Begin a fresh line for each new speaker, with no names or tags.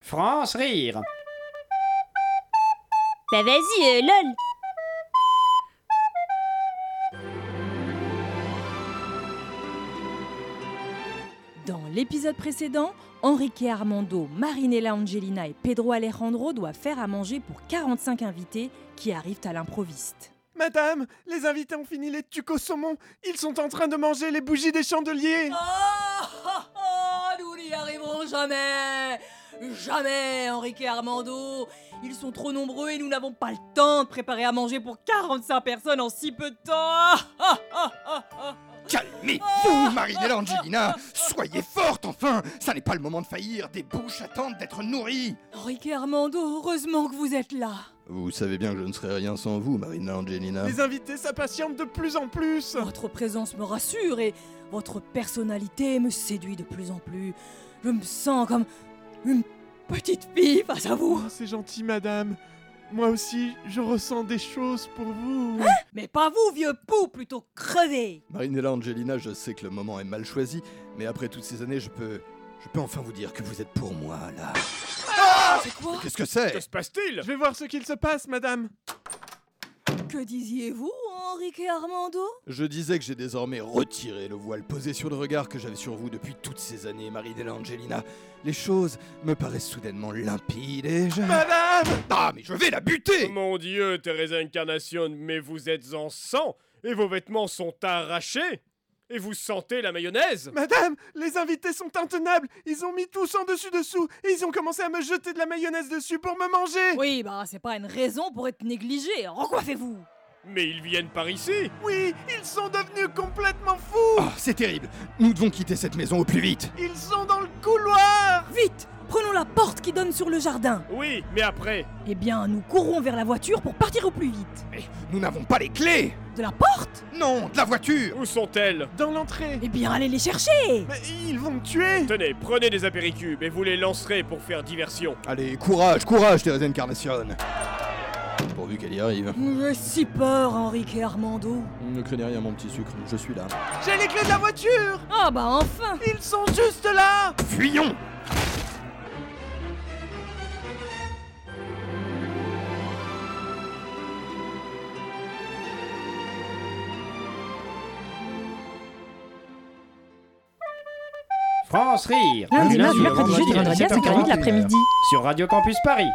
France rire.
Bah vas-y, euh, lol
Dans l'épisode précédent, Enrique Armando, Marinella Angelina et Pedro Alejandro doivent faire à manger pour 45 invités qui arrivent à l'improviste.
Madame, les invités ont fini les tucs au saumon. Ils sont en train de manger les bougies des chandeliers.
Oh, oh, oh, nous n'y arriverons jamais Jamais, Enrique et Armando Ils sont trop nombreux et nous n'avons pas le temps de préparer à manger pour 45 personnes en si peu de temps Oh, oh, oh, oh.
Calmez-vous, Marinella Angelina Soyez forte, enfin Ça n'est pas le moment de faillir, des bouches attendent d'être nourries
Enrique et Armando, heureusement que vous êtes là
Vous savez bien que je ne serais rien sans vous, Marinella Angelina.
Les invités s'impatientent de plus en plus.
Votre présence me rassure et votre personnalité me séduit de plus en plus. Je me sens comme une petite fille face à vous.
Oh, c'est gentil, madame. Moi aussi, je ressens des choses pour vous.
Mais pas vous, vieux pou, plutôt crevé.
Marinella Angelina, je sais que le moment est mal choisi, mais après toutes ces années, je peux... Je peux enfin vous dire que vous êtes pour moi, là.
C'est quoi
Qu'est-ce que c'est
se passe-t-il
Je vais voir ce qu'il se passe, madame.
Que disiez-vous, Enrique et Armando
Je disais que j'ai désormais retiré le voile posé sur le regard que j'avais sur vous depuis toutes ces années, Marinella Angelina. Les choses me paraissent soudainement limpides et je...
Madame
Ah, mais je vais la buter
Oh Mon dieu, Thérèse Incarnation, mais vous êtes en sang et vos vêtements sont arrachés et vous sentez la mayonnaise
Madame, les invités sont intenables. Ils ont mis tous en dessus-dessous et ils ont commencé à me jeter de la mayonnaise dessus pour me manger.
Oui, bah c'est pas une raison pour être négligé. Recoiffez-vous
Mais ils viennent par ici
Oui, ils sont devenus complètement fous.
Ah, c'est terrible Nous devons quitter cette maison au plus vite
Ils sont dans le couloir.
Vite Prenons la porte qui donne sur le jardin
Oui, mais après
Eh bien, nous courons vers la voiture pour partir au plus vite
Mais nous n'avons pas les clés
De la porte
Non, de la voiture
Où sont-elles
Dans l'entrée.
Eh bien, allez les chercher
Mais ils vont me tuer.
Tenez, prenez des apéricubes et vous les lancerez pour faire diversion.
Allez, courage, courage, Thérèse Incarnation Pourvu qu'elle y arrive.
J'ai si peur, Enrique et Armando.
Ne craignez rien, mon petit sucre, je suis là.
J'ai les clés de la voiture.
Ah bah enfin
Ils sont juste là.
Fuyons
France rire.
Lundi,
Du
mardi,
au
mercredi, jeudi,
vendredi,
vendredi à
17h40,
5h40 de l'après-midi.
Sur Radio Campus Paris.